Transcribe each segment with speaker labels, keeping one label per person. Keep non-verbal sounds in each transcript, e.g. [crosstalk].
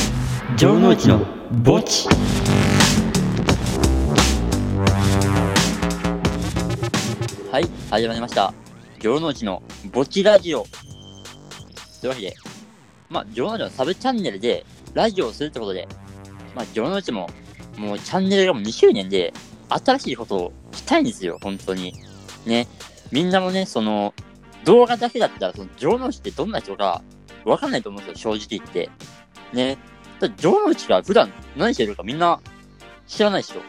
Speaker 1: 城之内の墓地はい始まりました城之内の墓地ラジオというわけでまあ城之内のサブチャンネルでラジオをするってことでまあ城之内ももうチャンネルがもう2周年で新しいことをしたいんですよ本当にねみんなもねその動画だけだったらその城之内ってどんな人かわかんないと思うんですよ正直言ってねだって、城之内が普段何してるかみんな知らないでしょ。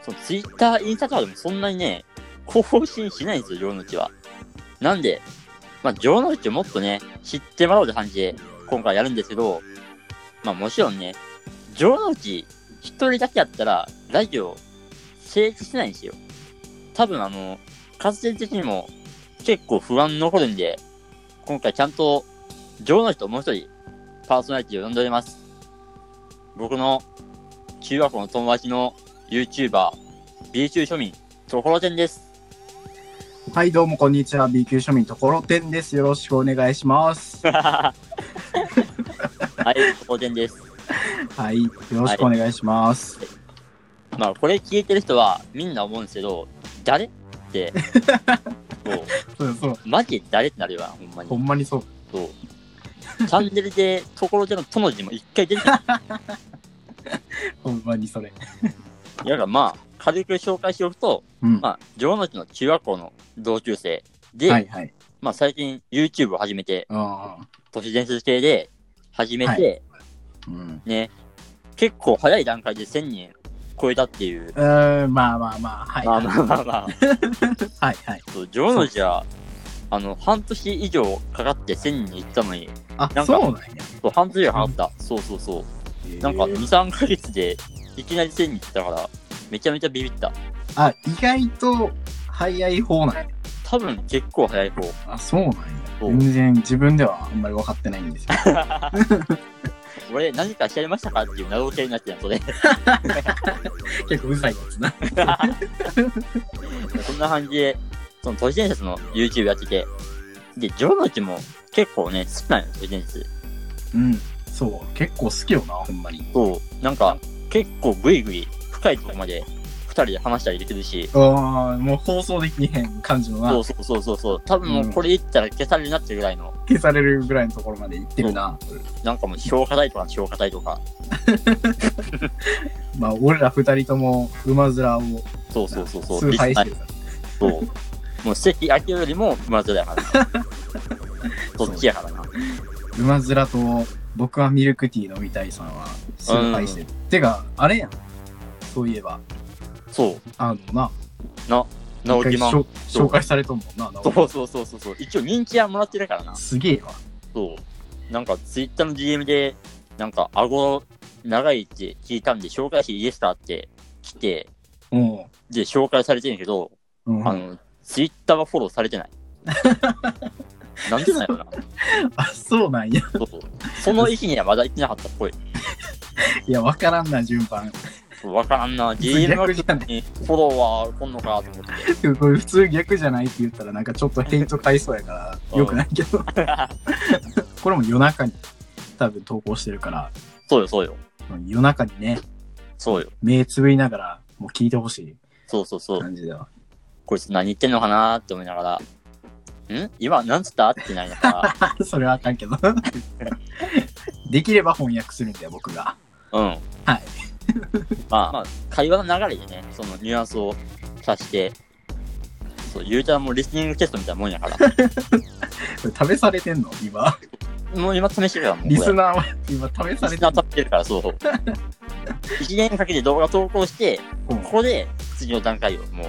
Speaker 1: そのツイッター、インスタとかでもそんなにね、更新しないんですよ、城之内は。なんで、まあ、城之内をもっとね、知ってもらおうって感じで、今回やるんですけど、まあもちろんね、城之内一人だけやったら、ラジオ成立しないんですよ。多分あの、活性的にも結構不安残るんで、今回ちゃんと城之内ともう一人、パーソナリティを呼んでおります。僕の中学校の友達の YouTuber、B 級庶民、ところてんです。
Speaker 2: はい、どうもこんにちは。B 級庶民ところてんです。よろしくお願いします。
Speaker 1: [laughs] はい、ところてんです。 [laughs]
Speaker 2: はい、よろしくお願いします。
Speaker 1: まあ、これ聞いてる人はみんな思うんですけど、誰って、そう、
Speaker 2: そうそう、 [laughs]
Speaker 1: マジで誰ってなるよな、ほんまに
Speaker 2: ほ。んまにそう。
Speaker 1: そう。チャンネルで、ところてんのとの字も一回出てき
Speaker 2: [laughs]
Speaker 1: た。
Speaker 2: ほんまにそれ。
Speaker 1: だからまあ、軽く紹介しておくと、
Speaker 2: うん。
Speaker 1: まあ、城之内の中学校の同級生で、
Speaker 2: はいはい。
Speaker 1: まあ最近 YouTube を始めて、
Speaker 2: あ
Speaker 1: 都市伝説系で始めて、
Speaker 2: ーうん。
Speaker 1: ね、結構早い段階で1000人超えたっていう。
Speaker 2: うーん、まあまあまあ、はい。
Speaker 1: まあまあまあまあ。
Speaker 2: はいはい。
Speaker 1: そう、城之内は、あの、半年以上かかって1000人行ったのに、なんか
Speaker 2: あ、そうなんや。
Speaker 1: そう半年以上かかった。そうそうそう。なんか
Speaker 2: へ
Speaker 1: 2、
Speaker 2: ー
Speaker 1: 3ヶ月でいきなり1000人行ったから、めちゃめちゃビビった。
Speaker 2: あ、意外と早い方なんや。
Speaker 1: 多分結構早い方。
Speaker 2: あ、そうなんや。
Speaker 1: そう
Speaker 2: 全然自分ではあんまり分かってないんですよ。
Speaker 1: [laughs] 俺何かしちゃいましたかっていう謎系になってたそれ。 [laughs]
Speaker 2: 結構うざいやつな。
Speaker 1: そんな感じで、その都市伝説の YouTube やってて、で、城之内も結構ね、好きなんよ、都市伝説。
Speaker 2: うん。そう、結構好きよな、ほんまに。
Speaker 1: そう、なんか、結構ぐいぐい深いところまで二人で話したりできるし、
Speaker 2: ああ、もう放送できへん感じのな
Speaker 1: そ。うそうそうそうそう、多分もうこれ言ったら消されるなっていうぐらいの、
Speaker 2: 消されるぐらいのところまで行ってるな。
Speaker 1: なんかもう消化剤とか消化剤とか、
Speaker 2: まあ、俺ら二人とも馬面を
Speaker 1: そうそうそうそう、
Speaker 2: 崇拝して
Speaker 1: リ
Speaker 2: る。
Speaker 1: スナーそう。もう席空けるよりも馬面やからな。そっちやからな。
Speaker 2: 馬面と僕はミルクティー飲みたいさんは崇拝してる。てか、あれやん。そういえば、
Speaker 1: そう。
Speaker 2: あのな、
Speaker 1: 直木
Speaker 2: 一
Speaker 1: マ
Speaker 2: 回
Speaker 1: ン。
Speaker 2: 紹紹介されとんもんな、直
Speaker 1: そうそうそうそうそう。一応人気はもらってるからな
Speaker 2: 木。すげえわ。
Speaker 1: そう。なんか、ツイッターの DM で、なんか、顎長いって聞いたんで、紹介していいですかって来て、
Speaker 2: も
Speaker 1: で、紹介されてるけど、
Speaker 2: う、うん、
Speaker 1: あ
Speaker 2: あ
Speaker 1: の、ツイッターはフォローされてない。なんでなんやろな。
Speaker 2: [laughs] そうなんや。
Speaker 1: そうそう。その域にはまだ行ってなかったっぽい。
Speaker 2: いや、わからんな、順番。
Speaker 1: わからんな。DM が
Speaker 2: 逆
Speaker 1: 来
Speaker 2: じ
Speaker 1: た
Speaker 2: ゃ
Speaker 1: の
Speaker 2: な
Speaker 1: に、フォロワー来んのかと思って。
Speaker 2: い。これ普通逆じゃないって言ったら、なんかちょっとヘイト買いそうやか
Speaker 1: うん
Speaker 2: ら、よくないけ
Speaker 1: [laughs]
Speaker 2: ど。これも夜中に多分投稿してるから、
Speaker 1: そうよ、そうよ。
Speaker 2: 夜中にね、
Speaker 1: そうよ。
Speaker 2: 目つぶりながら、もう聞いてほしい
Speaker 1: そうそうそう。
Speaker 2: 感じだわ。
Speaker 1: こいつ何言ってんのかなって思いながら、ん今、なんつったってないの
Speaker 2: [laughs]
Speaker 1: か
Speaker 2: それはあかんけど。 [laughs] できれば翻訳するんだよ、僕が。
Speaker 1: ら。うん。
Speaker 2: はい。
Speaker 1: まあ、まあ、会話の流れでね、そのニュアンスを足して、そう、ゆうちゃんもリスニングテストみたいなもんやから。
Speaker 2: これ試されてんの今。
Speaker 1: もう今試してるから、もうこれ。
Speaker 2: リスナーは今試さ
Speaker 1: リ
Speaker 2: れ
Speaker 1: ス
Speaker 2: て
Speaker 1: ナ
Speaker 2: ん
Speaker 1: ー
Speaker 2: の
Speaker 1: 立ってる [laughs] から、そう。1年かけて動画投稿して、こ
Speaker 2: うん
Speaker 1: こで次の段階を、 [laughs] もう。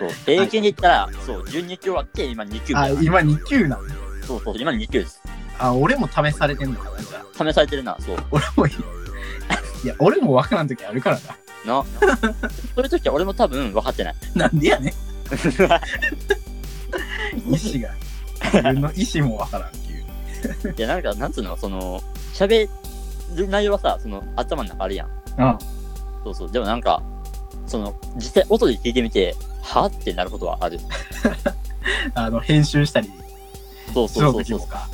Speaker 1: そう平均で言ったら、そう、12級終わって、今2級
Speaker 2: あ、今2級なの
Speaker 1: そうそう、今2級です。
Speaker 2: あ、俺も試されてんのかなじゃあ
Speaker 1: 試されてるな、そう。
Speaker 2: 俺もいい。いや、俺も分からん時あるから
Speaker 1: な。そういう時は俺も多分分かって [laughs] ない。
Speaker 2: な。なんでやねん。意志が。自分の意志も分からんっていう。
Speaker 1: いや、なんか、なんつうの、その、喋る内容はさ、その、頭の中あるやん。
Speaker 2: あ
Speaker 1: そうそう。でもなんか、その、実際音で聞いてみて、はってなることはある。
Speaker 2: あの、編集したり
Speaker 1: そう
Speaker 2: す
Speaker 1: そ
Speaker 2: る
Speaker 1: うそう
Speaker 2: 時
Speaker 1: そう
Speaker 2: も。か。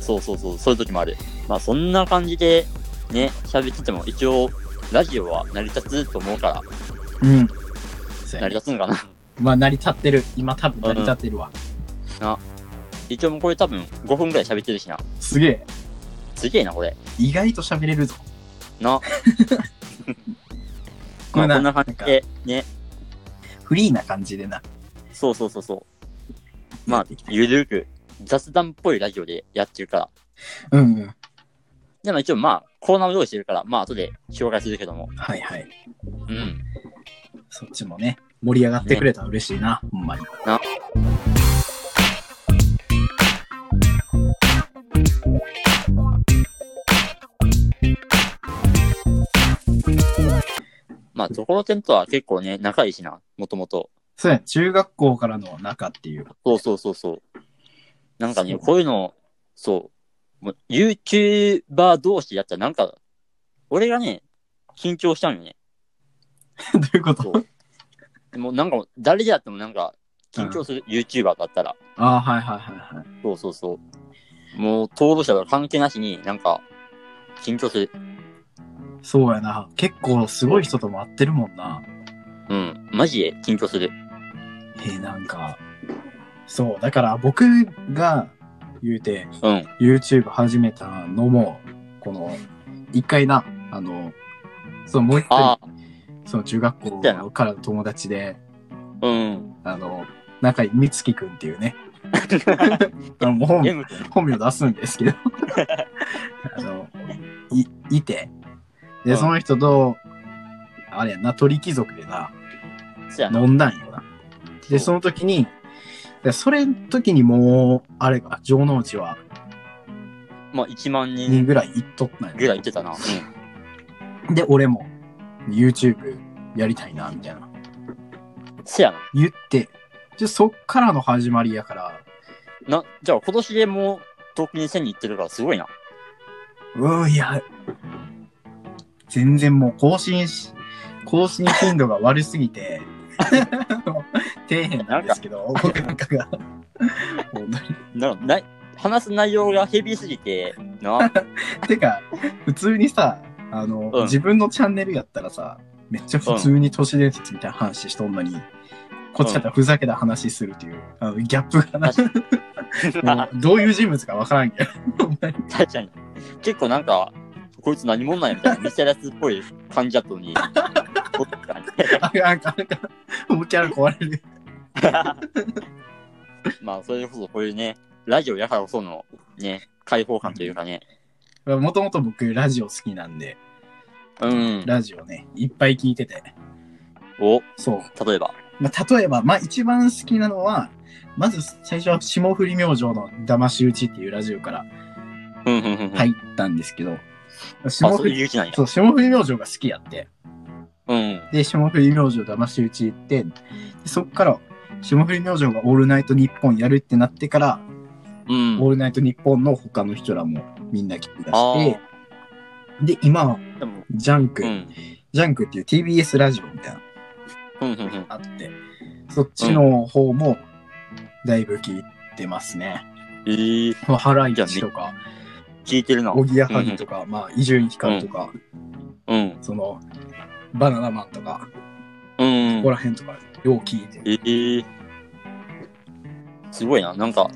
Speaker 1: そうそうそう、そういう時もある。まあそんな感じでね、喋ってても一応ラジオは成り立つと思うから、
Speaker 2: うん。
Speaker 1: 成り立つのかな。 [laughs]
Speaker 2: まあ、成り立ってる。今多分成り立ってるわ。
Speaker 1: 一応もうこれ多分5分くらい喋ってるしな。
Speaker 2: すげえ。
Speaker 1: すげえな、これ。
Speaker 2: 意外と喋れるぞ。
Speaker 1: な。
Speaker 2: [laughs] こ
Speaker 1: ま
Speaker 2: れ
Speaker 1: あ
Speaker 2: な
Speaker 1: こんな感じ
Speaker 2: なん
Speaker 1: で、ね。
Speaker 2: フリーな感じでな。
Speaker 1: そうそうそうそう。まあ、ゆるく雑談っぽいラジオでやってるから。
Speaker 2: うんうん。
Speaker 1: でも一応まあ、コーナーを用意してるから、まあ後で紹介するけども。
Speaker 2: はいはい。
Speaker 1: うん。
Speaker 2: そっちもね、盛り上がってくれたら嬉しいな、ほんまに。
Speaker 1: なまあ、ところてんとは結構ね、仲いいしな、もともと。
Speaker 2: そうや、中学校からの仲っていう。 [laughs]
Speaker 1: そうそうそうそう。なんかね、
Speaker 2: そう
Speaker 1: こういうの、そう、もう YouTuber 同士でやったらなんか、俺がね、緊張しちゃうんよね。
Speaker 2: どういうこ
Speaker 1: そ
Speaker 2: と
Speaker 1: う。で [laughs] もなんか、誰であってもなんか、緊張する、YouTuber だったら。
Speaker 2: ああ、はいはいはいはい。
Speaker 1: そうそうそう。もう、登録者が関係なしになんか、緊張する。
Speaker 2: そうやな。結構すごい人とも会ってるもんな。
Speaker 1: うん。マジで緊張する。
Speaker 2: えー、なんか、そう、だから僕が言うて、
Speaker 1: うん。
Speaker 2: YouTube 始めたのも、この、一回な、あの、そのもう一
Speaker 1: あ
Speaker 2: 回、その中学校からの友達で、
Speaker 1: あ、 [laughs] うん。
Speaker 2: あの、仲いい美月くんっていうね、あのもう本
Speaker 1: M 君。
Speaker 2: 本名出すんで
Speaker 1: [laughs]
Speaker 2: すけどあのいいて
Speaker 1: う
Speaker 2: で
Speaker 1: ん
Speaker 2: その人と、あれやんな鳥貴族でな
Speaker 1: そやな。
Speaker 2: 飲んだんよなでその時にでそれの時にもうあれか城之内は
Speaker 1: まあ、1万
Speaker 2: 2
Speaker 1: 人
Speaker 2: ぐらい行っとったんや
Speaker 1: ぐらいいってたな。うん。
Speaker 2: で俺も YouTube やりたいなみたいな
Speaker 1: せやな。
Speaker 2: 言ってでそっからの始まりやから
Speaker 1: な、じゃあ今年でもう、東京に1000人行ってるからすごいな。
Speaker 2: うんいや全然もう更新し更新頻度が悪すぎて [laughs] 底辺なんですけど僕なんかが本当に
Speaker 1: な、な、話す内容がヘビーすぎて、
Speaker 2: [laughs]
Speaker 1: な、
Speaker 2: てか普通にさあの、
Speaker 1: うん
Speaker 2: 自分のチャンネルやったらさめっちゃ普通に都市伝説みたいな話しとんのに、こっちだったらふざけた話するっていうあのギャップがな
Speaker 1: 確
Speaker 2: もうどういう人物かわからんけど
Speaker 1: 確かに。結構なんか、こいつ何者なんやみたいな、ミステリアスっぽい感じだったのに。 [laughs] そっか
Speaker 2: あなんかなんかもうキャラ壊れる
Speaker 1: まあ、それこそこういうね、ラジオやからこその、ね、開放感というかね。
Speaker 2: もともと僕ラジオ好きなんで
Speaker 1: うん。
Speaker 2: ラジオねいっぱい聞いてて
Speaker 1: お、
Speaker 2: そう
Speaker 1: 例えば。
Speaker 2: まあ、例えば、まあ、一番好きなのは、まず最初は霜降り明星の騙し討ちっていうラジオから
Speaker 1: うん、うん、うん。い。
Speaker 2: 入ったんですけど、
Speaker 1: あ、
Speaker 2: 霜
Speaker 1: そ
Speaker 2: 降
Speaker 1: ういう
Speaker 2: り、
Speaker 1: 勇気なんや。
Speaker 2: そう、霜降り明星が好きやって、
Speaker 1: うん。
Speaker 2: で、霜降り明星騙し討ち行って、でそっから、霜降り明星がオールナイトニッポンやるってなってから、
Speaker 1: うん。
Speaker 2: オールナイトニッポンの他の人らもみんな聞き出
Speaker 1: あ
Speaker 2: して、で、今は
Speaker 1: でも、
Speaker 2: ジャンク、
Speaker 1: うん。
Speaker 2: ジャンクっていう TBS ラジオみたいなの
Speaker 1: うん、うん、うん。
Speaker 2: あって、そっちの方もだいぶ聞いてますね。
Speaker 1: えー、
Speaker 2: まあ、ハライチとか、
Speaker 1: 聞いてるな。
Speaker 2: おぎやはぎとか、まあ、伊集院光とか、
Speaker 1: うん。
Speaker 2: その、バナナマンとか、
Speaker 1: うん。
Speaker 2: ここら辺とか、よう聞いてる。
Speaker 1: ええすごいな。なんか、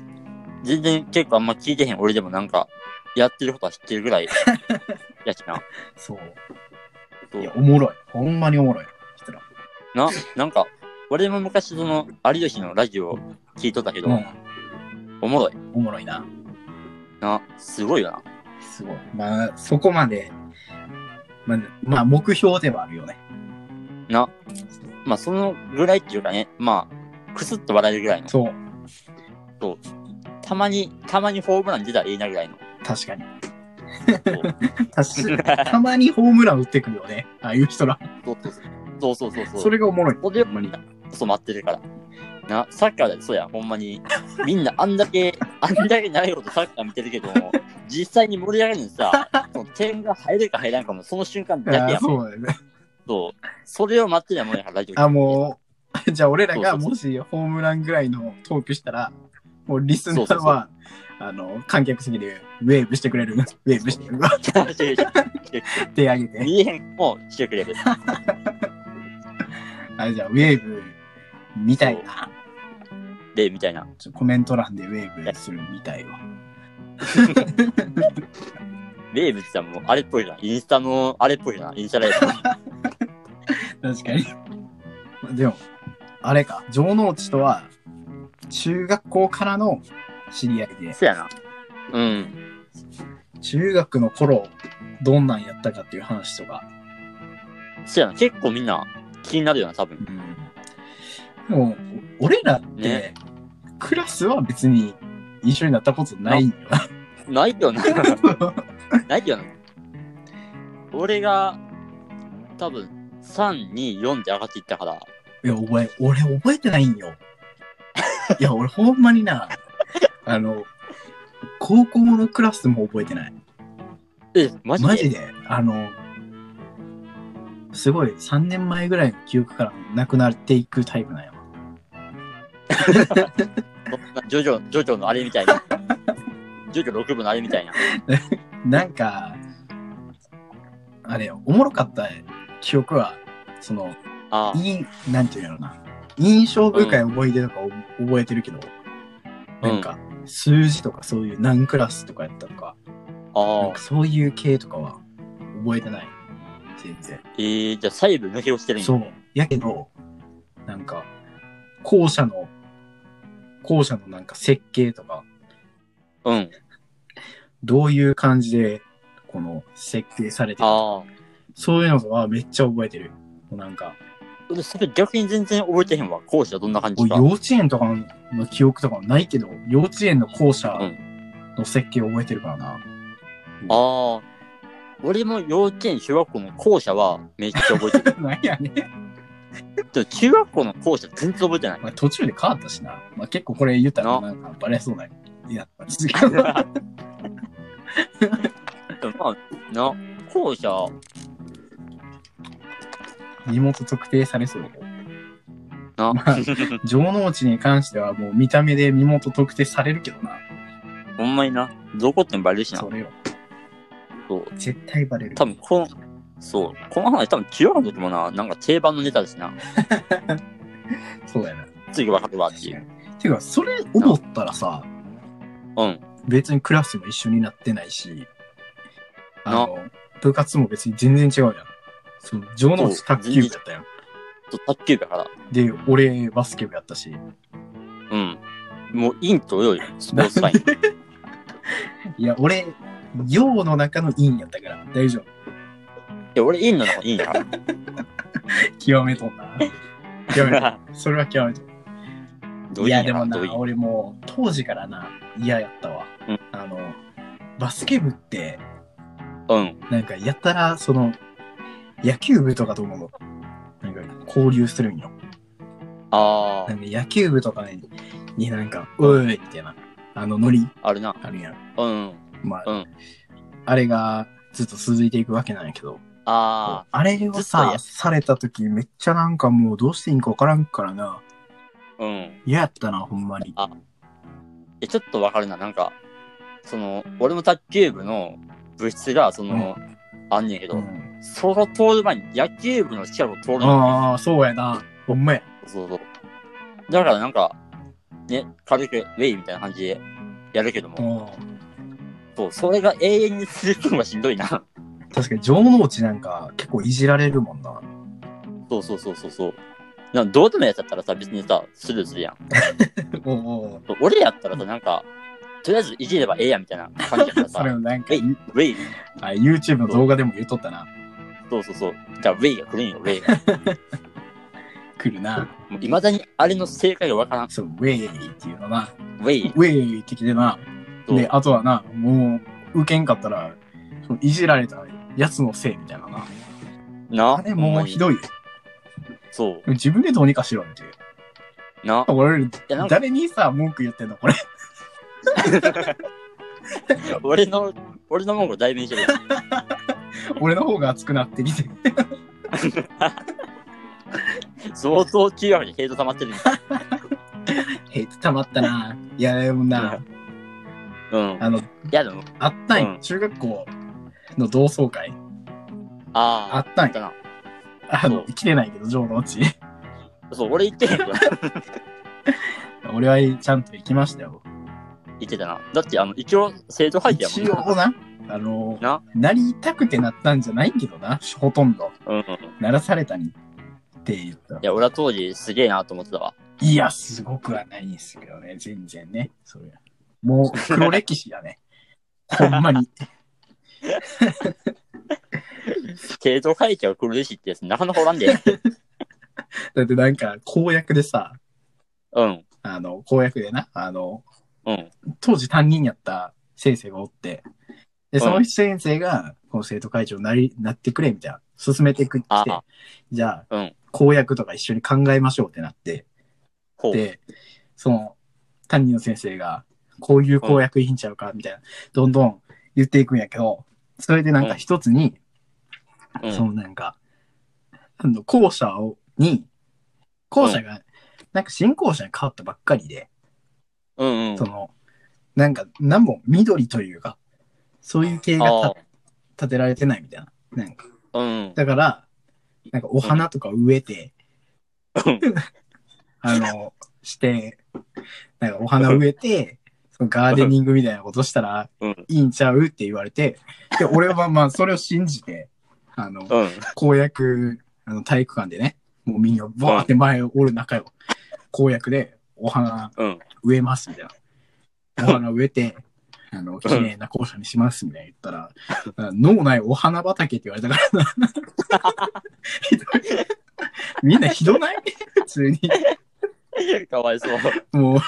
Speaker 1: 全然結構あんま聞いてへん俺でもなんか、やってることは知ってる
Speaker 2: [laughs]
Speaker 1: ぐらいやしな。
Speaker 2: そう。
Speaker 1: そ
Speaker 2: いや、
Speaker 1: う
Speaker 2: おもろい。ほんまにおもろい。したら。
Speaker 1: な、なんか、俺も昔その、有吉のラジオ聞いとったけど、
Speaker 2: うん。
Speaker 1: おもろい。
Speaker 2: おもろいな。
Speaker 1: な、すごいよな。
Speaker 2: すごい。まあ、そこまで、まあ、まあ、目標ではあるよね。
Speaker 1: まあ、そのぐらいっていうかね、まあ、くすっと笑えるぐらいの。
Speaker 2: そう。
Speaker 1: たまに、たまにホームラン出たらいいなぐらい
Speaker 2: [laughs]
Speaker 1: の。[laughs]
Speaker 2: 確かに。
Speaker 1: そう
Speaker 2: 確かにたまにホームラン打ってくるよね。ああいう人ら。
Speaker 1: そうそうそうそう。
Speaker 2: それがおもろい。
Speaker 1: それを
Speaker 2: ほんまに。
Speaker 1: そう待ってるから。な、サッカーだよ、そうや、ほんまに。みんなあんだけ、あんだけ長いことサッカー見てるけども、実際に盛り上がるのにさ、その点が入るか入らんかも、その瞬間だけ
Speaker 2: あ
Speaker 1: や
Speaker 2: あ
Speaker 1: もん。
Speaker 2: そうだよね。
Speaker 1: そう。それを待ってないもんやから、大丈夫。
Speaker 2: あ、もう、じゃあ俺らが
Speaker 1: そ
Speaker 2: [laughs]
Speaker 1: うそうそう
Speaker 2: もしホームランぐらいのトークしたら、もうリスナーは、
Speaker 1: そうそうそ
Speaker 2: あの、観客席でウェーブしてくれる、ウェーブしてくれる、手上げて。
Speaker 1: [laughs] 見えへんもうしてくれる。
Speaker 2: あれじゃあ、ウェーブみたいな。
Speaker 1: で、みたいな。
Speaker 2: ちょコメント欄でウェーブするみたいわ。
Speaker 1: 名物さんもあれっぽいな。インスタのあれっぽいな。インスタライブ。
Speaker 2: 確かに。でも、あれか、城之内とは、中学校からの知り合いで、
Speaker 1: そうやな。うん。
Speaker 2: 中学の頃、どんなんやったかっていう話とか。
Speaker 1: そうやな。結構みんな気になるよな、多分。
Speaker 2: でも、俺らって、
Speaker 1: ね
Speaker 2: クラスは別に一緒になったことないんよ。
Speaker 1: ないよ
Speaker 2: [laughs]
Speaker 1: な。ないよな。俺が、多分、3、2、4で上がっていったから。
Speaker 2: いや、覚え、俺覚えてないん
Speaker 1: [laughs]
Speaker 2: よ。いや、俺ほんまにな、あの、高校のクラスも覚えてない。
Speaker 1: え、マジで
Speaker 2: マジで、あの、すごい3年前ぐらいの記憶からなくなっていくタイプなんやわ。
Speaker 1: そんなジョジョ、ジョジョのあれみたい
Speaker 2: [laughs]
Speaker 1: な。ジョジョ6部のあれみたいな。
Speaker 2: なんか、あれよ、おもろかった記憶は、その、
Speaker 1: ああ。
Speaker 2: いい、なんていうのな。印象深い思い出とかを覚えてるけど、なんか、数字とかそういう何クラスとかやったとか、な
Speaker 1: あ
Speaker 2: ん
Speaker 1: あ
Speaker 2: か。そういう系とかは覚えてない。全然。
Speaker 1: えー、じゃあ細部抜け落ちてるんや。
Speaker 2: そう。やけど、なんか、校舎の、校舎のなんか設計とか、
Speaker 1: うん。
Speaker 2: どういう感じで、この設計されてる
Speaker 1: ああ。
Speaker 2: そういうのはめっちゃ覚えてる。もうなんか、
Speaker 1: 俺それ逆に全然覚えてへんわ。講師はどんな感
Speaker 2: もう
Speaker 1: じか。
Speaker 2: 幼稚園とかの記憶とかはないけど、幼稚園の校舎の設計覚えてるからな。
Speaker 1: あ
Speaker 2: [laughs]
Speaker 1: あ。俺も幼稚園、中学校の校舎はめっちゃ覚え
Speaker 2: [laughs]
Speaker 1: てる。
Speaker 2: なんやねん。
Speaker 1: でも中学校の校舎全然覚えてない。
Speaker 2: まあ、途中で変わったしな。まあ、結構これ言ったら
Speaker 1: な
Speaker 2: なんかバレそうなやったんですけ
Speaker 1: [laughs]
Speaker 2: ど。
Speaker 1: でもまあ、な、校舎、
Speaker 2: 身元特定されそうだよ。
Speaker 1: な、
Speaker 2: まあ、城之内に関してはもう見た目で身元特定されるけどな。
Speaker 1: ほんまにな、どこってもバレるしな
Speaker 2: そ。れよ。
Speaker 1: そう。
Speaker 2: 絶対バレる。
Speaker 1: 多分この、そう、この話多分中学の時もな、なんか定番のネタですな。
Speaker 2: そうだよな。
Speaker 1: 次分かるわって
Speaker 2: 確
Speaker 1: い
Speaker 2: か
Speaker 1: う。
Speaker 2: に。てか、それ思ったらさ、
Speaker 1: うん。
Speaker 2: 別にクラスも一緒になってないし、あの、部活も別に全然違うじゃん。その、城之内卓球部やったやん。
Speaker 1: そう卓球部やから。
Speaker 2: で、俺、バスケ部やったし。
Speaker 1: うん。もう、インとヨよ、スポーツライ
Speaker 2: [laughs]
Speaker 1: ン。
Speaker 2: いや、俺、陽の中の陰やったから、大丈夫。
Speaker 1: いや、俺、インの中いいん
Speaker 2: [laughs]
Speaker 1: やか
Speaker 2: 極めと
Speaker 1: [laughs]
Speaker 2: んな。極めと
Speaker 1: ら。
Speaker 2: ん。それは極めとん。
Speaker 1: どう
Speaker 2: い
Speaker 1: い
Speaker 2: や、
Speaker 1: う
Speaker 2: で
Speaker 1: や
Speaker 2: も
Speaker 1: か
Speaker 2: な
Speaker 1: どうい、う
Speaker 2: 俺もう、当時からな、嫌やったわ。
Speaker 1: うん
Speaker 2: あの、バスケ部って、
Speaker 1: うん。
Speaker 2: なんか、やったら、その、野球部とかとも、なんか、交流するんよ。
Speaker 1: あ
Speaker 2: なんか野球部とかに、になんか、おい、みたいな、あの、ノリ
Speaker 1: あ、あるな。
Speaker 2: あるやん。
Speaker 1: うん。
Speaker 2: まあ、
Speaker 1: うん
Speaker 2: あれがずっと続いていくわけなんやけど、
Speaker 1: あ
Speaker 2: あれを
Speaker 1: ずっと
Speaker 2: さ
Speaker 1: や、
Speaker 2: された時めっちゃなんかもうどうしていいんかわからんからな、
Speaker 1: あ、うん。
Speaker 2: 嫌やったな、ほんまに。
Speaker 1: あえ、ちょっとわかるな。なんか、その、俺も卓球部の部室が、その、あんねんけ
Speaker 2: う
Speaker 1: ど、
Speaker 2: ん、
Speaker 1: その通る前に野球部の近くを通るの。
Speaker 2: ああ、そうやな。ほんまや。
Speaker 1: そうそう。だからなんか、ね、軽く、ウェイみたいな感じでやるけど
Speaker 2: う
Speaker 1: も、
Speaker 2: ん
Speaker 1: そう、それが永遠に続くのがしんどいな。 [laughs]
Speaker 2: 確かに、城之内なんか結構いじられるもんな。
Speaker 1: そうそうそうそうそう。なんかどうでもやっちゃったらさ、別にさ、スルーするやん。
Speaker 2: おお
Speaker 1: そう俺やったらさ、なんか、とりあえずいじればええやんみたいな感じやから
Speaker 2: [laughs] そ
Speaker 1: さ、
Speaker 2: れ
Speaker 1: ウ
Speaker 2: もなんか
Speaker 1: ェ、イ、ウェイ、
Speaker 2: あ YouTube の動画でも言っとったな。
Speaker 1: そうそうそう。じゃあ、ウェイが来るんよ、ウェイが。
Speaker 2: 来るな。
Speaker 1: いまだにあれの正解がわからん。
Speaker 2: そう、ウェイっていうのな。
Speaker 1: ウェイ。
Speaker 2: ウェイって来てな。
Speaker 1: そう
Speaker 2: で、あとはな、もう、受けんかったら、そのいじられたやつのせいみたいなな。
Speaker 1: な
Speaker 2: あれもうひどいよ。
Speaker 1: そう。
Speaker 2: 自分でどうにかしろみたい
Speaker 1: な
Speaker 2: な。俺
Speaker 1: やなん、か
Speaker 2: 誰にさ、文句言ってんのこれ。
Speaker 1: 俺の、俺の文句を代弁してる。
Speaker 2: 俺の方が熱くなってきて。 [laughs]
Speaker 1: 相当中学にヘイト溜まってるんだ
Speaker 2: ヘイト溜まったな。いや、でもな、
Speaker 1: うん。
Speaker 2: [laughs]
Speaker 1: い
Speaker 2: あの、
Speaker 1: や、でも、
Speaker 2: あったんよ、
Speaker 1: うん
Speaker 2: 中学校の同窓会。
Speaker 1: ああ。
Speaker 2: あったん
Speaker 1: あった
Speaker 2: よ
Speaker 1: な。
Speaker 2: あ
Speaker 1: そ
Speaker 2: の、
Speaker 1: う
Speaker 2: 来てないけど、城のうち。
Speaker 1: そう、俺行ってへんから。 [laughs]
Speaker 2: 俺はちゃんと行きましたよ。
Speaker 1: 行ってたな。だって、あの、一応、生徒入ってや
Speaker 2: 一
Speaker 1: もん
Speaker 2: 応な、あの、
Speaker 1: な
Speaker 2: なりたくてなったんじゃないけどな、ほとんど。
Speaker 1: な。うん。い
Speaker 2: 鳴らされたにって言った。
Speaker 1: や、俺は当時、すげえなと思ってたわ。
Speaker 2: いや、すごくはないんですけどね、全然ね。それもう、黒歴史
Speaker 1: [laughs]
Speaker 2: だね。ほんまに。
Speaker 1: 生徒会長来るしってやつ、なかなかおらんで。 [laughs]
Speaker 2: だってなんか、公約でさ、
Speaker 1: うん。
Speaker 2: あの、公約でな、あの、
Speaker 1: うん。
Speaker 2: 当時担任やった先生がおって、で、その先生が、この生徒会長になり、なってくれ、みたいな。進めてくって
Speaker 1: ああ、
Speaker 2: じゃあ、
Speaker 1: うん
Speaker 2: 公約とか一緒に考えましょうってなって、
Speaker 1: ほう。
Speaker 2: で、その、担任の先生が、こういう公約いいんちゃうか、みたいな、どんどん言っていくんやけど、それでなんか一つに、
Speaker 1: うん
Speaker 2: そのなんか、あの、校舎を、に、校舎が、なんか新校舎に変わったばっかりで、
Speaker 1: うんうん。
Speaker 2: その、なんか、何も緑というか、そういう系が
Speaker 1: あ
Speaker 2: た建てられてないみたいな。なんか、
Speaker 1: あ、うん。
Speaker 2: だから、なんかお花とか植えて、
Speaker 1: うん。
Speaker 2: あの、して、なんかお花植えて、そのガーデニングみたいなことしたら
Speaker 1: うん
Speaker 2: いいんちゃうって言われて、で、俺はまあそれを信じて、あの、
Speaker 1: うん。
Speaker 2: 公約、あの、体育館でね、もうみんなバーって前をおる中よ。公約でお花
Speaker 1: うん。
Speaker 2: 植えますみたいな。お花植えて、あの、綺麗な校舎にしますみたいな言ったら、あ脳内お花畑って言われたからな。 [laughs] ひどいみんなひどない普通に。
Speaker 1: [laughs] かわいそう。
Speaker 2: もう、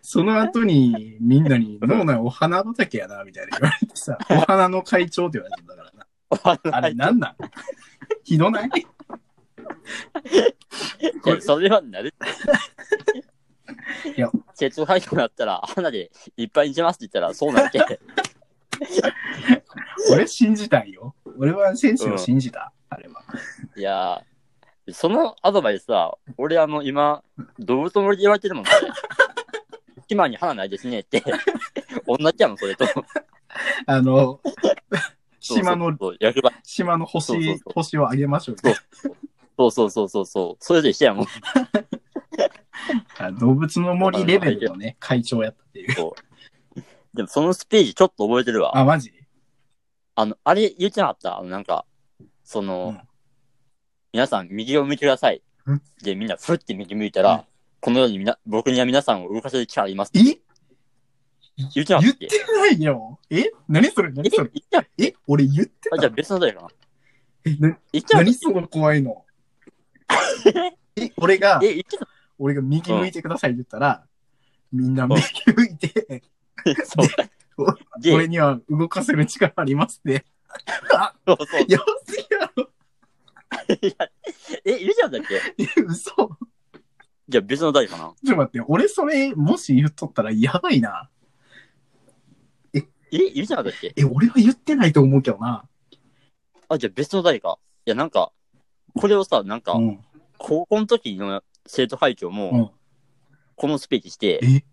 Speaker 2: その後にみんなに脳内お花畑やな、みたいな言われてさ、お花の会長って言われてたからな。あ
Speaker 1: [laughs]
Speaker 2: れなんなんひどな
Speaker 1: い
Speaker 2: い
Speaker 1: やそれはなるって。
Speaker 2: いや
Speaker 1: [laughs] 生徒会長だったら、花でいっぱいにしますって言ったら、そうなって。
Speaker 2: 俺信じたんよ。俺は先生を信じた。あれは。
Speaker 1: いやー、そのアドバイスさ、俺あの、今、動物の森で言われてるもん、それ。今に花ないですねって。同じやもん、それと。[laughs]
Speaker 2: あの、
Speaker 1: そうそう
Speaker 2: 島の、
Speaker 1: そう役場。
Speaker 2: 島の星、
Speaker 1: そうそうそう
Speaker 2: 星をあげましょう。
Speaker 1: そうそうそうそうそう。それと一緒やもん。
Speaker 2: あ動物の森レベルのね、会長やったっていう。
Speaker 1: そうでも、そのスページちょっと覚えてるわ。
Speaker 2: あ、マジ
Speaker 1: あの、あれ言ってなかったあの、なんか、その、
Speaker 2: うん
Speaker 1: 皆さん右を向いてください
Speaker 2: うん。
Speaker 1: で、みんなふって右向いたら、
Speaker 2: うん
Speaker 1: このようにみな、僕には皆さんを動かせる力あります。
Speaker 2: え
Speaker 1: 言ってなか
Speaker 2: 言
Speaker 1: っ
Speaker 2: ったて
Speaker 1: っ
Speaker 2: ないよ。え何それ
Speaker 1: け
Speaker 2: 何
Speaker 1: え言
Speaker 2: そ
Speaker 1: っ
Speaker 2: れ
Speaker 1: てなかっ
Speaker 2: え俺言って
Speaker 1: たあ、じゃあ別のどれかな
Speaker 2: えな
Speaker 1: 言ってなか
Speaker 2: 何
Speaker 1: っ
Speaker 2: その怖いのえ、俺が
Speaker 1: た、え、言ってた
Speaker 2: 俺が右向いてくださいって言ったら、みんな右向いて、
Speaker 1: そう。で、
Speaker 2: 俺には動かせる力ありますね。あ、
Speaker 1: そうそう。
Speaker 2: やばすぎやろ。
Speaker 1: え、言ってなかったっけ
Speaker 2: え嘘。ちょっ
Speaker 1: じゃあ別の誰かな
Speaker 2: と待って、俺それ、もし言っとったらやばいな。
Speaker 1: え、言ってなかったっけ
Speaker 2: え、俺は言ってないと思うけどな。
Speaker 1: あ、じゃあ別の誰か。いや、なんか、これをさ、なんか
Speaker 2: う、ん。
Speaker 1: 高校の時の生徒会長
Speaker 2: う
Speaker 1: も、
Speaker 2: ん。
Speaker 1: このスページして、
Speaker 2: え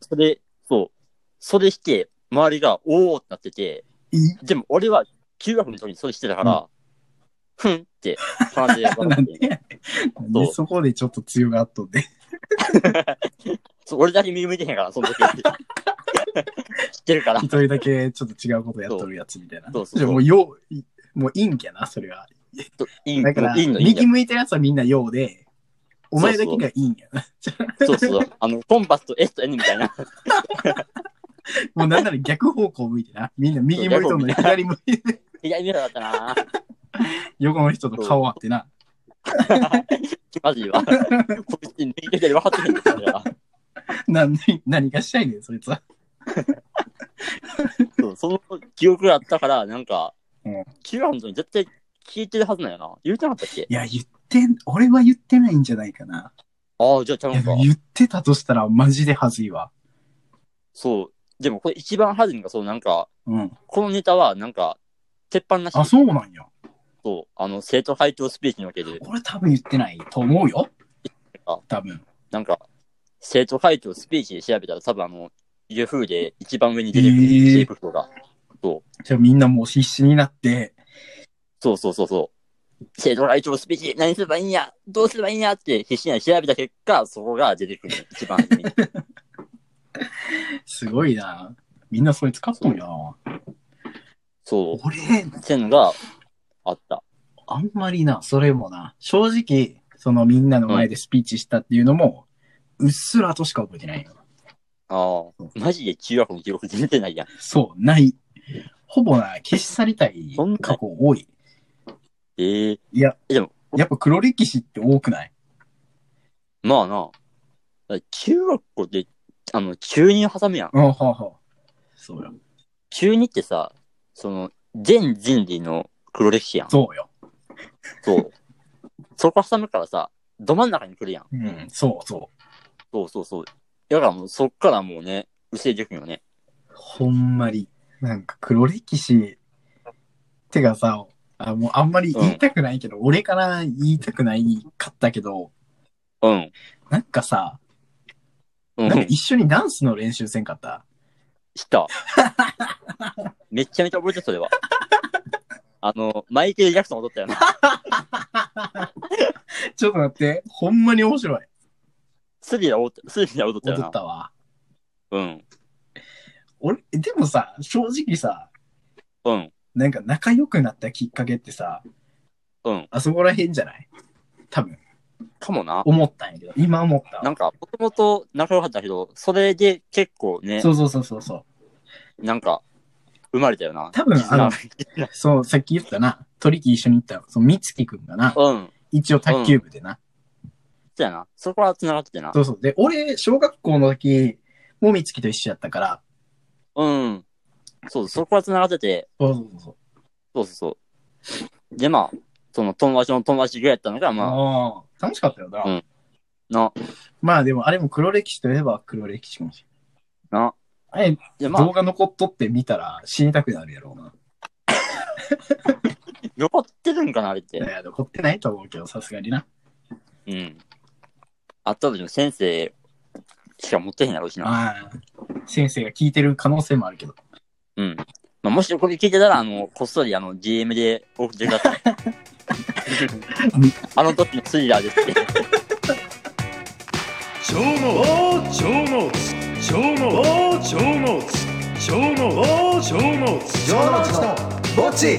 Speaker 1: それ、そう。それして、周りが、おおってなってて、
Speaker 2: い
Speaker 1: でも俺は中学の時にそれしてたから、ふんって話で分
Speaker 2: な
Speaker 1: かっ
Speaker 2: ん
Speaker 1: て
Speaker 2: で、 [laughs] なんでそこでちょっと強がっとって。
Speaker 1: そう俺だけ右向いてへんから、その時。知ってるから
Speaker 2: 一。人だけちょっと違うことやっとるやつみたいな。
Speaker 1: そうそうそう
Speaker 2: じゃあもう、よう、いもう陰キャな、それは。
Speaker 1: いい
Speaker 2: だから、
Speaker 1: いいの、いいの
Speaker 2: 右。向いたやつはみんなようで、お前だけがいいんやな。
Speaker 1: そうそうそう。あの、コンパスと S と N みたいな。
Speaker 2: もうなんなら逆方向向いてな。みんな右向いとんのに左向いて、
Speaker 1: 左見えなかったなぁ。
Speaker 2: 横の人と顔あってな。
Speaker 1: マジでは。こいつ右手で分かってへんけどな
Speaker 2: なん何かしたいねん、そいつは。
Speaker 1: そうその記憶があったから、なんか
Speaker 2: うん、
Speaker 1: 中学の時に絶対聞いてるはずなんやな。言うてなかったっけ
Speaker 2: いや、言ってん、俺は言ってないんじゃないかな。
Speaker 1: ああ、じゃあちゃう
Speaker 2: いや
Speaker 1: ん
Speaker 2: で
Speaker 1: か
Speaker 2: も。言ってたとしたらマジではずいわ。
Speaker 1: そう。でもこれ一番はずいのが、そうなんか、
Speaker 2: うん。
Speaker 1: このネタはなんか、鉄板なし
Speaker 2: あ、そうなんや。
Speaker 1: そう、あの、生徒会長スピーチにおける、
Speaker 2: 俺多分言ってないと思うよ
Speaker 1: あ。
Speaker 2: 多分。
Speaker 1: なんか、生徒会長スピーチで調べたら多分あの、Yahoo で一番上に出てくる、
Speaker 2: え
Speaker 1: シェイ
Speaker 2: ー
Speaker 1: プフローが。
Speaker 2: じゃあみんなもう必死になって、
Speaker 1: そうそうそうそう。生徒会長スピーチ、何すればいいんやどうすればいいんやって必死に調べた結果、そこが出てくる。一番上に。
Speaker 2: すごいな。みんなそれ使っとんやな。
Speaker 1: [laughs] そう。
Speaker 2: 俺、
Speaker 1: っていうのがあった。
Speaker 2: あんまりな、それもな。正直、そのみんなの前でスピーチしたっていうのも、うっすらとしか覚えてないよ。
Speaker 1: ああ。マジで中学の記録全然ないやん。
Speaker 2: そう、ない。ほぼな、消し去りたい
Speaker 1: そんな
Speaker 2: 過去多い。
Speaker 1: ええ
Speaker 2: いや、
Speaker 1: でも
Speaker 2: やっぱ黒歴史って多くない
Speaker 1: まあな。だから中学校で、あの、中二を挟むやん。
Speaker 2: うん、はあ、はあ。そうよ。
Speaker 1: 中二ってさ、その、全人類の黒歴史やん。
Speaker 2: そうよ。
Speaker 1: そう。そこ挟むからさ、ど真ん中に来るやん。
Speaker 2: うん、そうそう。
Speaker 1: そうそうそう。だからもうそっからもうね、薄いでくんよね。
Speaker 2: ほんまに。なんか黒歴史。てかさ、あもうあんまり言いたくないけど、俺から言いたくないかったけど、
Speaker 1: うん。
Speaker 2: なんかさ、
Speaker 1: う
Speaker 2: なんか
Speaker 1: ん。
Speaker 2: 一緒にダンスの練習せんかった
Speaker 1: した。めっちゃめちゃ覚えてる、それは。あの、マイケル・ジャクソン踊ったよな。
Speaker 2: ちょっと待って、ほんまに面白い。
Speaker 1: スリラ踊った、スリラ踊ったよ
Speaker 2: 踊
Speaker 1: な
Speaker 2: っ。たわ。
Speaker 1: うん。
Speaker 2: 俺、でもさ、正直さ、
Speaker 1: うん。
Speaker 2: なんか仲良くなったきっかけってさ、
Speaker 1: うん。
Speaker 2: あそこら辺じゃない多分、
Speaker 1: かもな。
Speaker 2: 思ったんやけど、今思った
Speaker 1: な
Speaker 2: わ。
Speaker 1: んか、もともと仲良かったけど、それで結構ね、
Speaker 2: そうそうそうそうそう。
Speaker 1: なんか、生まれたよな。
Speaker 2: 多分
Speaker 1: 絆が
Speaker 2: そう、さっき言ったな、鳥木一緒に行った、その美月くんがな、
Speaker 1: うん。
Speaker 2: 一応卓球部でな。
Speaker 1: そうやな。そこは繋がっててな。
Speaker 2: そうそう。で、俺、小学校の時、も美月と一緒やったから、
Speaker 1: うん。そう、そこは繋がってて、
Speaker 2: そうそうそうそう。
Speaker 1: そうそうそう。で、まあ、その友達の友達ぐらいやったのが、まあ、
Speaker 2: あー、楽しかったよな。
Speaker 1: うんな、
Speaker 2: まあでも、あれも黒歴史といえば黒歴史かもし
Speaker 1: な。
Speaker 2: れない。あれ、
Speaker 1: で、まあ
Speaker 2: 動、画残っとって見たら死にたくなるやろうな。
Speaker 1: 残ってるんかな、あれっ
Speaker 2: い
Speaker 1: て。
Speaker 2: や、残ってないと思うけど、さすがにな。
Speaker 1: うん。あった時の先生しか持ってへんやろうしな。
Speaker 2: ああ、先生が聞いてる可能性もあるけど。
Speaker 1: うん。まあ、もしこれ聞いてたら、あの、こっそり、あの、DM で送ってください。あの時のスリラーですって。
Speaker 3: 超能超能超能超能超能超能
Speaker 4: 城之内の墓地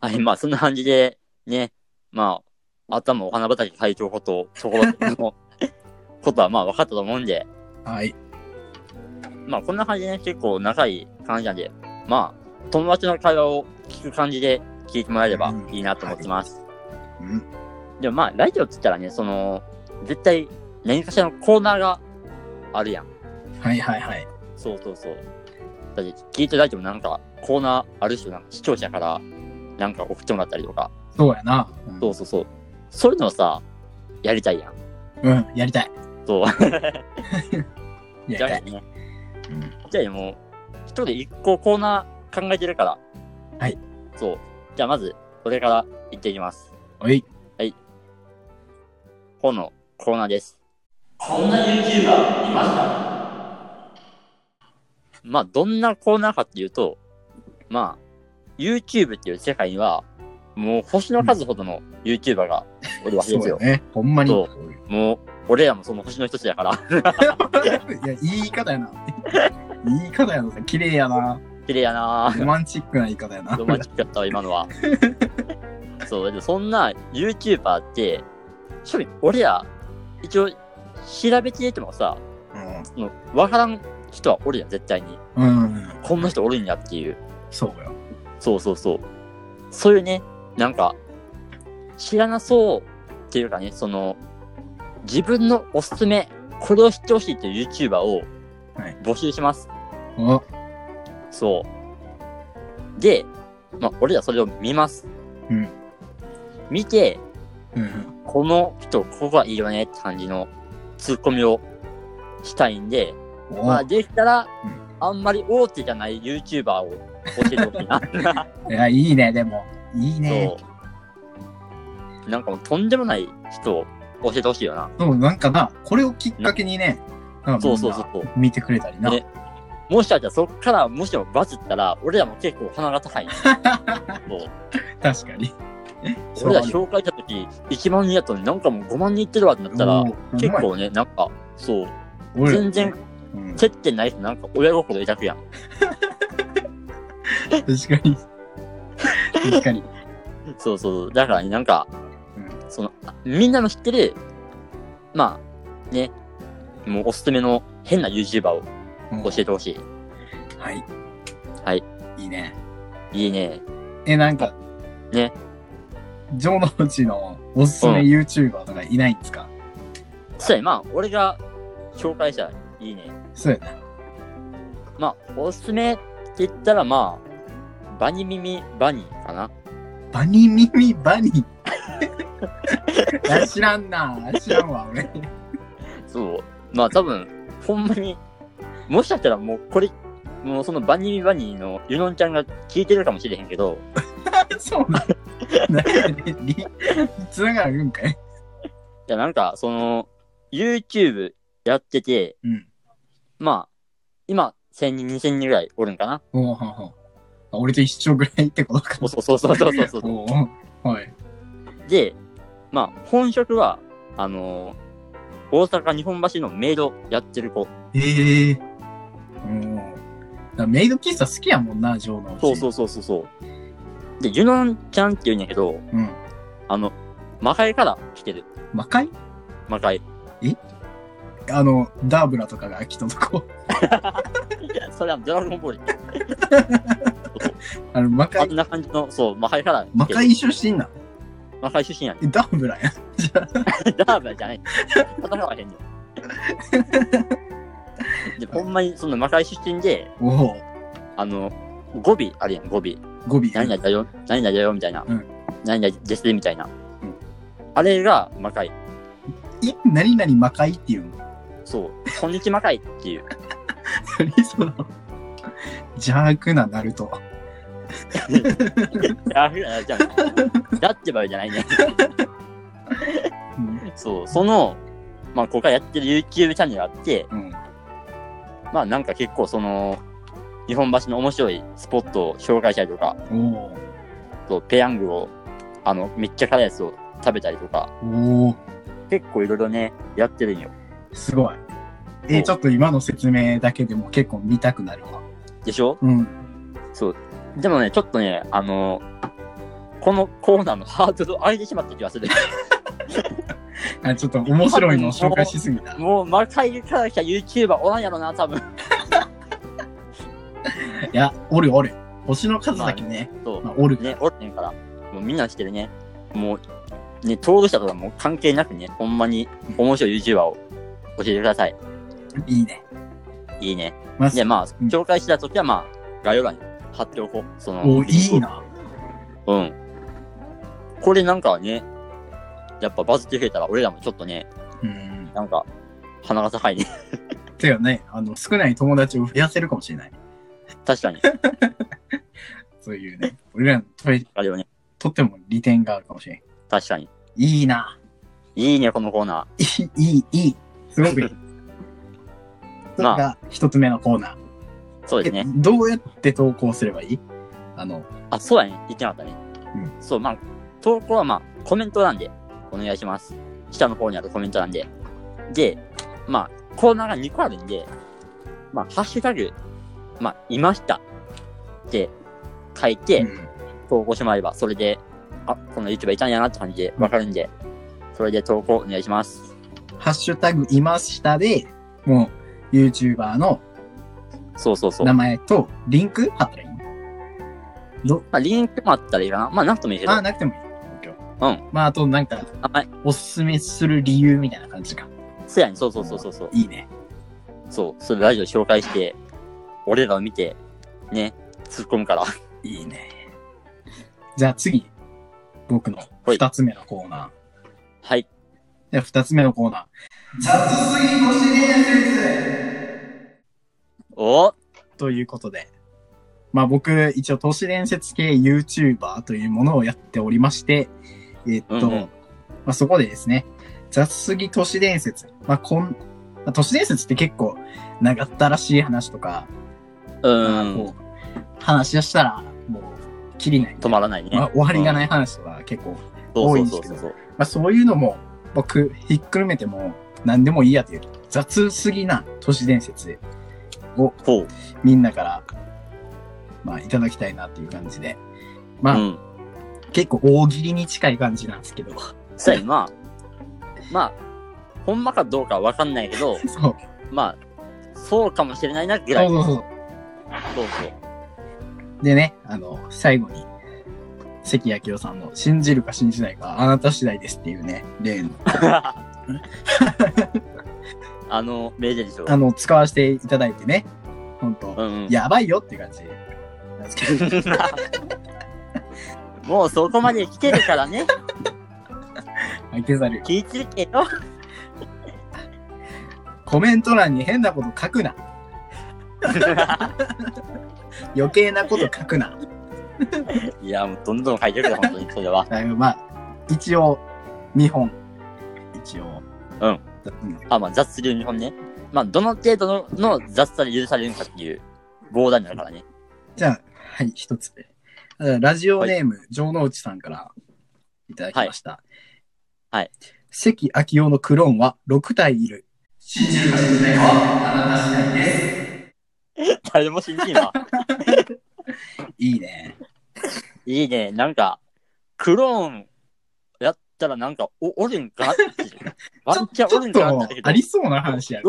Speaker 1: はい、まあ、そんな感じで、ね、まあ、頭お花畑会長こと、そこのことはまあ分かったと思うんで、
Speaker 2: はい。
Speaker 1: まあ、こんな感じでね、結構仲いい感じなんで、まあ、友達の会話を聞く感じで聞いてもらえればいいなと思ってます。
Speaker 2: うん。
Speaker 1: でもまあ、ラジオって言ったらね、その、絶対何かしらのコーナーがあるやん。
Speaker 2: はいはいはい。
Speaker 1: そうそうそう。だって聞いてラジオもなんかコーナーある人なんか視聴者からなんか送ってもらったりとか。
Speaker 2: そうやな。うん
Speaker 1: そうそうそう。そういうのをさ、やりたいやん。
Speaker 2: うん、やりたい。
Speaker 1: そう。
Speaker 2: やり
Speaker 1: じゃ
Speaker 2: た
Speaker 1: あ
Speaker 2: い。
Speaker 1: ね。
Speaker 2: うん
Speaker 1: じゃあもう、一人一個コーナー考えてるから。
Speaker 2: はい。
Speaker 1: そう。じゃあまず、これから行っていきます。
Speaker 2: おい。
Speaker 1: 本のコーナーです。こんな YouTuber いましたまあ、どんなコーナーかっていうと、まあ、YouTube っていう世界には、もう星の数ほどの YouTuber がおるわけ
Speaker 2: [laughs] そ
Speaker 1: で
Speaker 2: う
Speaker 1: す
Speaker 2: よ
Speaker 1: よ。
Speaker 2: ね。ほんまに。
Speaker 1: そ
Speaker 2: い
Speaker 1: もう、俺らもその星の一つだから、
Speaker 2: や、 [laughs] 言い方やな。言い方やな。綺麗やな。
Speaker 1: 綺麗やなぁ
Speaker 2: ロマンチックな言い方やな。
Speaker 1: ロマンチックだったわ、今のは。そう、でもそんな YouTuber って、正直俺ら、一応、調べててもさ、そのわからん人はおるやん、絶対に。
Speaker 2: うん。うん。
Speaker 1: こんな人おるんやっていう。
Speaker 2: そうよ。
Speaker 1: そうそうそう。そういうね、なんか、知らなそうっていうかね、その、自分のおすすめ、これを知ってほしいっていう YouTuber を
Speaker 2: はい
Speaker 1: 募集します。
Speaker 2: お
Speaker 1: そう。で、まあ、俺らそれを見ます。
Speaker 2: うん
Speaker 1: 見て、
Speaker 2: うん。
Speaker 1: この人、ここがいいよねって感じのツッコミをしたいんで、
Speaker 2: お
Speaker 1: まあ、できたら
Speaker 2: うん、
Speaker 1: あんまり大手じゃない YouTuber を教えてほしいな。
Speaker 2: いや、いいね、でも。いい [laughs] ね。
Speaker 1: そう。なんかもうとんでもない人を教えてほしいよな。
Speaker 2: そう、なんかな、これをきっかけにね、なんか
Speaker 1: そ
Speaker 2: み
Speaker 1: うんそうそう
Speaker 2: な
Speaker 1: そう。
Speaker 2: 見てくれたりな。
Speaker 1: ねもしかしたらそっからもしもバズったら、俺らも結構鼻が
Speaker 2: [laughs]
Speaker 1: 高い。そう
Speaker 2: 確かに。そう
Speaker 1: 俺ら紹介した時1万人やったのになんかもう5万人いってるわってなったら
Speaker 2: お、ー
Speaker 1: 結、
Speaker 2: ほんまや
Speaker 1: 構ね、なんか、そう、
Speaker 2: 俺らね
Speaker 1: 全然 [laughs]
Speaker 2: うん
Speaker 1: 接点ない人なんか親心抱くやん。
Speaker 2: 確かに。確かに。
Speaker 1: そうそう。だからね、なんか、
Speaker 2: うん
Speaker 1: その、あみんなの知ってる、まあ、ね、もうおすすめの変な YouTuber を
Speaker 2: うん
Speaker 1: 教えてほしい。
Speaker 2: はい。
Speaker 1: はい。
Speaker 2: いいね。
Speaker 1: いいね。
Speaker 2: え、なんか、
Speaker 1: ね。
Speaker 2: 城之内のおすすめ
Speaker 1: うん
Speaker 2: YouTuber とかいないんですか、
Speaker 1: そうやね、まあ、俺が紹介したらいいね。
Speaker 2: そうやな。
Speaker 1: まあ、おすすめって言ったら、まあ、バニ耳バニーかな。
Speaker 2: バニ耳バニ。いや知らんな。知らんわ、俺。
Speaker 1: そう。まあ、多分、ほんまに、もしかしたらもう、これ、もうそのバニーバニーのユノンちゃんが聞いてるかもしれへんけど、
Speaker 2: そうなんなんかね、り、つながるんかい
Speaker 1: いや、なんか、その、YouTube やってて、
Speaker 2: うん。
Speaker 1: まあ、今、1000人、2000人ぐらいおるんかな。
Speaker 2: おうほうほうあ俺と一緒ぐらいってことか。
Speaker 1: そうそうそうそうそう
Speaker 2: [laughs]
Speaker 1: そう。
Speaker 2: おうはい。
Speaker 1: で、まあ、本職は、あのー大阪日本橋のメイドやってる子。
Speaker 2: ええー。うん。だからメイド喫茶好きやもんな、城之内。。
Speaker 1: そうそううそうそうそう。で、ユノンちゃんって言うんやけど、
Speaker 2: うん。
Speaker 1: あの、魔界から来てる。
Speaker 2: 魔界
Speaker 1: 魔界。
Speaker 2: あの、ダーブラとかが来たとこ。
Speaker 1: いやそれはドラゴンボール。
Speaker 2: あの、魔
Speaker 1: あ
Speaker 2: 界
Speaker 1: ん、な感じの、そう、魔界から来てる。
Speaker 2: 魔界出身な。
Speaker 1: 魔界出身やね
Speaker 2: え、ダーブラや。
Speaker 1: ダーブラじゃない。戦わへんねん。で、ほんまに、その魔界出身で、
Speaker 2: おお。
Speaker 1: あの、語尾あるやん、語尾。
Speaker 2: 語尾。
Speaker 1: 何々だよ、何々だよ、みたいな。
Speaker 2: うん
Speaker 1: 何々ですみたいな。
Speaker 2: ん
Speaker 1: あれが魔界。
Speaker 2: え、何々魔界っていうの
Speaker 1: そう。こんにち魔界っていう。
Speaker 2: 何その。邪悪なナルト。
Speaker 1: あ、ふらじ
Speaker 2: [laughs]
Speaker 1: ゃん。だってばよじゃないね。
Speaker 2: うん。
Speaker 1: そう。その、まあ、ここからやってる YouTube チャンネルあって、
Speaker 2: うん。
Speaker 1: まあ、なんか結構その、日本橋の面白いスポットを紹介したりとか、
Speaker 2: おお。
Speaker 1: そうペヤングを、あの、めっちゃ辛いやつを食べたりとか、
Speaker 2: おお。
Speaker 1: 結構いろいろね、やってるんよ。
Speaker 2: すごい。え
Speaker 1: そ
Speaker 2: ー、
Speaker 1: う
Speaker 2: ちょっと今の説明だけでも結構見たくなるわ。
Speaker 1: でしょ
Speaker 2: うん。
Speaker 1: でもね、ちょっとね、あの、このコーナーのハードルを上げてしまった気がする。 [laughs]
Speaker 2: あちょっと面白いのを紹介しすぎ [laughs] た。
Speaker 1: もう、魔界から来た YouTuber おらんやろな、多分。
Speaker 2: いや、おるおる。星の数だけね。
Speaker 1: そう
Speaker 2: まあ、おる。
Speaker 1: ね、おらへんから、もうみんなしてるね、もう、ね、登録者とかもう関係なくね、ほんまに面白い YouTuber を教えてください。
Speaker 2: いいね。
Speaker 1: いいね。
Speaker 2: まず
Speaker 1: で、、まあ、
Speaker 2: うん
Speaker 1: 紹介したときは、まあ、概要欄に貼っておこう。その、
Speaker 2: おいい。な。
Speaker 1: うん。これなんかね、やっぱバズって増えたら、俺らもちょっとね、
Speaker 2: うん。
Speaker 1: なんか、鼻が高いね。 [laughs]
Speaker 2: てかね、あの、少ない友達を増やせるかもしれない。
Speaker 1: 確かに。
Speaker 2: そういうね。俺らにとえ
Speaker 1: あれよね、
Speaker 2: とっても利点があるかもしれん。
Speaker 1: 確かに。
Speaker 2: いいな。
Speaker 1: いいね、このコーナ
Speaker 2: いい、いい、いい。すごく [laughs] いい。それが一つ目のコーナー。
Speaker 1: ー。そうですね
Speaker 2: え。どうやって投稿すればいいあの、
Speaker 1: あ、そうやね。言ってなかったね。
Speaker 2: う
Speaker 1: そう、まあ、投稿はまあ、コメント欄でお願いします。下の方にあるコメント欄で。で、まあ、コーナーが2個あるんで、まあ、ハッシュタグ、まあ、いましたって書いて
Speaker 2: うん
Speaker 1: 投稿してもらえば、それで、あ、この YouTuber いたんやなって感じでわかるんで、それで投稿お願いします。
Speaker 2: ハッシュタグいましたで、もう、YouTuber の
Speaker 1: そうそうそう。
Speaker 2: 名
Speaker 1: ま
Speaker 2: 前とリンク貼ったらいいの
Speaker 1: あ、リンクもあったらいいかな。まあ、なくてもいいけど
Speaker 2: あ、、なくてもいい。
Speaker 1: うん。
Speaker 2: まあ、あとなんか、
Speaker 1: 名前、
Speaker 2: おすすめする理由みたいな感じか。
Speaker 1: そうやね。そうそうそうそうそう。
Speaker 2: いいね。
Speaker 1: そう、それラジオ紹介して、俺らを見て、ね、突っ込む
Speaker 2: [laughs]
Speaker 1: から。
Speaker 2: いいね。じゃあ次、僕の
Speaker 1: はい
Speaker 2: 二つ目のコーナー。
Speaker 1: はい。
Speaker 2: じゃあ二つ目のコーナー。
Speaker 1: お
Speaker 2: ということで、まあ僕、一応都市伝説系 YouTuber というものをやっておりまして、えっと、
Speaker 1: うんうん
Speaker 2: まあそこでですね、雑すぎ都市伝説。まあこん、まあ都市伝説って結構長ったらしい話とか、
Speaker 1: う
Speaker 2: まあ
Speaker 1: ーん。
Speaker 2: こう話をしたらもう、きりない。
Speaker 1: 止まらないね。。
Speaker 2: まあ終わりがないい話は結構、
Speaker 1: そう
Speaker 2: 多いんで
Speaker 1: そ
Speaker 2: す
Speaker 1: う
Speaker 2: け
Speaker 1: そ
Speaker 2: ど
Speaker 1: うそう。
Speaker 2: まあそういうのも僕ひっくるめても何でもいいやという雑すぎな都市伝説を
Speaker 1: ほう。
Speaker 2: みんなからまあいただきたいなっていう感じでまあ、
Speaker 1: うん。
Speaker 2: 結構大喜利に近い感じなんですけど [laughs]
Speaker 1: さあ、まあ、まあ、ほんまかどうかわかんないけ
Speaker 2: [laughs]
Speaker 1: ど、
Speaker 2: そう
Speaker 1: まあ、そうかもしれないなぐら
Speaker 2: そ。
Speaker 1: いう
Speaker 2: そうそ
Speaker 1: そうそう。
Speaker 2: うでねあの最後に関明夫さんの「信じるか信じないかあなた次第です」っていうね例の [laughs]
Speaker 1: あの、名言でしょ。
Speaker 2: あの使わせていただいてね本当、
Speaker 1: うんうん。
Speaker 2: やばいよって感じなんですけど
Speaker 1: もうそこまで来てるからね。
Speaker 2: 消される
Speaker 1: 聞いてるけど。
Speaker 2: コメント欄に変なこと書
Speaker 1: [laughs]
Speaker 2: くな。余計なこと書くな。
Speaker 1: いや、もうどんどん書いてるから、本当に、それは。
Speaker 2: だいぶまあ、一応、日本。一応。
Speaker 1: うん
Speaker 2: うん。
Speaker 1: あ、まあ、雑すぎる日本ね。まあ、どの程度のの雑さで許されるのかっていう、防弾になるからね。 [laughs]
Speaker 2: じゃあ、はい、一つ目。あラジオネーム、城之内さんからいただきました。
Speaker 1: はいはい。
Speaker 2: 関明夫のクローンは6体いる。
Speaker 1: 誰も信じん
Speaker 2: [laughs]
Speaker 1: わ。
Speaker 2: いいね。
Speaker 1: いいね、なんか、クローンやったらなんか、お、おるんかっていう。ワ
Speaker 2: [laughs] ち
Speaker 1: ン
Speaker 2: ょ
Speaker 1: チャン
Speaker 2: ち
Speaker 1: お
Speaker 2: ょ
Speaker 1: る
Speaker 2: っ
Speaker 1: んかな
Speaker 2: と
Speaker 1: って、
Speaker 2: ありそうな話やね。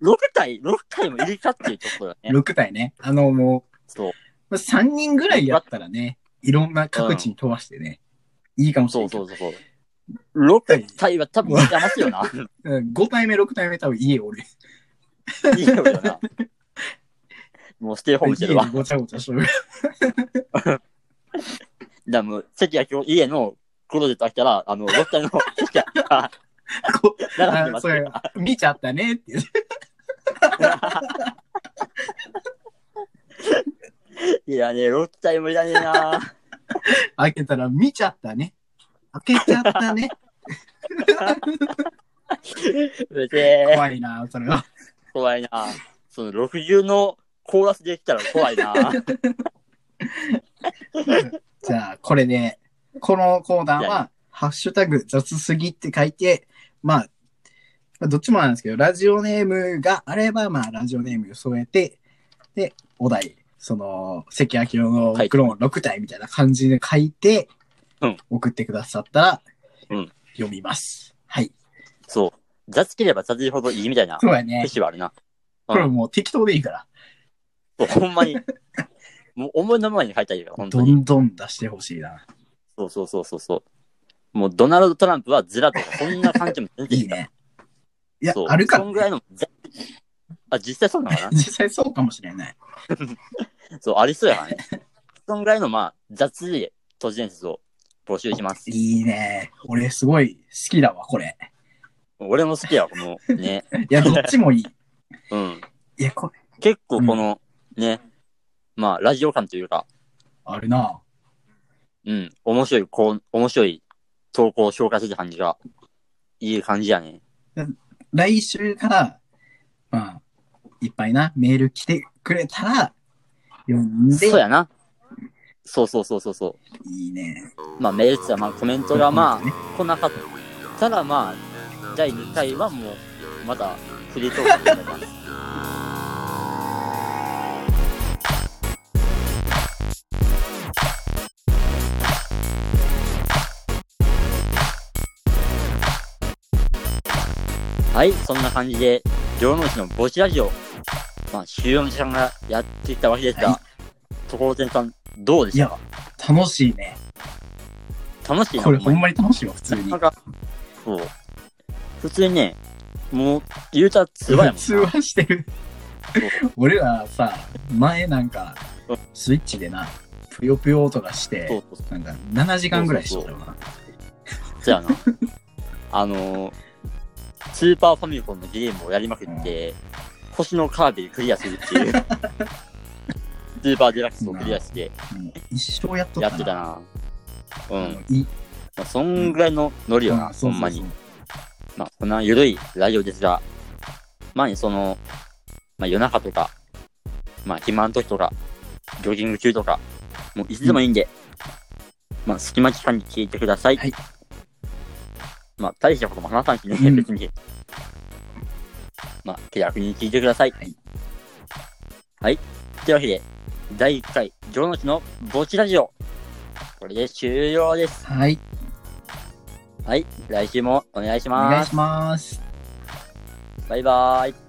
Speaker 1: 6体、6体もいるかっていうところ
Speaker 2: [laughs]
Speaker 1: だね。
Speaker 2: 6体ね。あの、もう、
Speaker 1: そう。
Speaker 2: まあ、3人ぐらいやったらね、いろんな各地に飛ばしてね、いいかもしれ
Speaker 1: そ
Speaker 2: な
Speaker 1: う
Speaker 2: いけ
Speaker 1: そう
Speaker 2: ど。
Speaker 1: そうそう。6体は多分邪魔すよな。
Speaker 2: [laughs] うん5体目、6体目多分家おる。
Speaker 1: いいよな。もうステイホームして
Speaker 2: 家
Speaker 1: る
Speaker 2: で
Speaker 1: わ。だか
Speaker 2: ごちゃごちゃしとる。
Speaker 1: らもう、関谷京家のクローゼット開けたら、あの、ロッタの、 [laughs] 関谷が
Speaker 2: こ
Speaker 1: 並んで
Speaker 2: あ
Speaker 1: ます
Speaker 2: そ。れ見ちゃったねっていう。
Speaker 1: いやね、6体もいらねえな。
Speaker 2: 開けたら見ちゃったね。開けちゃったね。
Speaker 1: うるせえ。
Speaker 2: 怖いな、それ
Speaker 1: [laughs]
Speaker 2: は。
Speaker 1: 怖いな。その60のコーラスできたら怖いな。
Speaker 2: [laughs] じゃあ、これで、このコーナー
Speaker 1: いやい
Speaker 2: は、ハッシュタグ雑すぎって書いて、まあ、まあどっちもなんですけど、ラジオネームがあれば、まあ、ラジオネームを添えて、で、お題、その、関明夫のクローン6体みたいな感じで書いて、
Speaker 1: うん
Speaker 2: 送ってくださったら、
Speaker 1: うん
Speaker 2: 読みます。はい。
Speaker 1: そう。雑ければ雑いほどいいみたいな
Speaker 2: そうやね。
Speaker 1: 節はあるな。
Speaker 2: これもう適当でいいから、
Speaker 1: そうほんまに。もう思いのままに書いてあるよ、本当
Speaker 2: ど
Speaker 1: に。
Speaker 2: んどん出してほしいな。
Speaker 1: そうそうそうそうそう。もうドナルド・トランプはずらとか、そんな感じも全然
Speaker 2: いいね。いや
Speaker 1: そう、
Speaker 2: あるか
Speaker 1: そん
Speaker 2: らね、
Speaker 1: ぐらいの、ざあ、実際そうなのかな
Speaker 2: [laughs] 実際そうかもしれない。
Speaker 1: そう、ありそうやからね。そんぐらいの、まあ、雑で都市伝説を募集します。
Speaker 2: いいね。俺すごい好きだわ、これ。
Speaker 1: 俺も好きやわ、この、ね。[laughs]
Speaker 2: いや、どっちもいい。
Speaker 1: うん。
Speaker 2: いや、これ、
Speaker 1: 結構この、ね、まあ、ラジオ感というか、
Speaker 2: あるな。
Speaker 1: うん、面白い、こう、面白い投稿を紹介する感じが、いい感じやね。
Speaker 2: 来週から、まあ、いっぱいな、メール来てくれたら、読んで
Speaker 1: そう、やな。そうそうそうそうそ
Speaker 2: いいね。
Speaker 1: う。まあ、メールっていうかまあ、コメントがまあ、来なかったら、まあ、第2回はもう、また、フリートークになります。はい、そんな感じで、城之内のぼちラジオ、まあ、終了の時間がやってきたわけですが、
Speaker 2: は
Speaker 1: ところてんさん、どうで
Speaker 2: い
Speaker 1: した
Speaker 2: や
Speaker 1: か、
Speaker 2: 楽しいね。
Speaker 1: 楽しいな、
Speaker 2: これ
Speaker 1: ほん
Speaker 2: ほ
Speaker 1: まに
Speaker 2: んまに楽しいよ、普通に
Speaker 1: なん。か、そう。普通にね、もう、言うたら通話やもんな。
Speaker 2: 通話してる
Speaker 1: そ。
Speaker 2: 俺らさ、前なんか
Speaker 1: うん、
Speaker 2: スイッチでな、ぷよぷよとかし
Speaker 1: そ
Speaker 2: て
Speaker 1: う、そうそう。
Speaker 2: なんか7時間ぐらいしとったよな。
Speaker 1: そやな。 [laughs] あのー、スーパーファミコンの
Speaker 2: [laughs]
Speaker 1: ゲームをやりまくって、星のカービィクリアするっていう。スーパーデラックスをクリアして
Speaker 2: もう一生やっと
Speaker 1: や
Speaker 2: っ
Speaker 1: って
Speaker 2: た
Speaker 1: た
Speaker 2: な。
Speaker 1: な。うん。
Speaker 2: いい
Speaker 1: まあ、そんぐらいのノリよな、
Speaker 2: あ
Speaker 1: ほ
Speaker 2: そうんそ
Speaker 1: ま
Speaker 2: うそ
Speaker 1: に
Speaker 2: う。。
Speaker 1: まあ、こんな緩いラジオですが、前にその、まあ、夜中とか、まあ、暇の時とか、ジョギング中とか、もういつでもいいんで、まあ、隙間時間に聞いてください。
Speaker 2: はい
Speaker 1: まあ、大したことも話さんしね、
Speaker 2: うん
Speaker 1: 別に。まあ、気楽に聞いてください。はい。というわけで、第1回、城之内の墓地ラジオ。これで終了です。
Speaker 2: はい、
Speaker 1: はい。来週もお願いし
Speaker 2: お願
Speaker 1: ま
Speaker 2: い
Speaker 1: す。
Speaker 2: します。
Speaker 1: バイバーイ。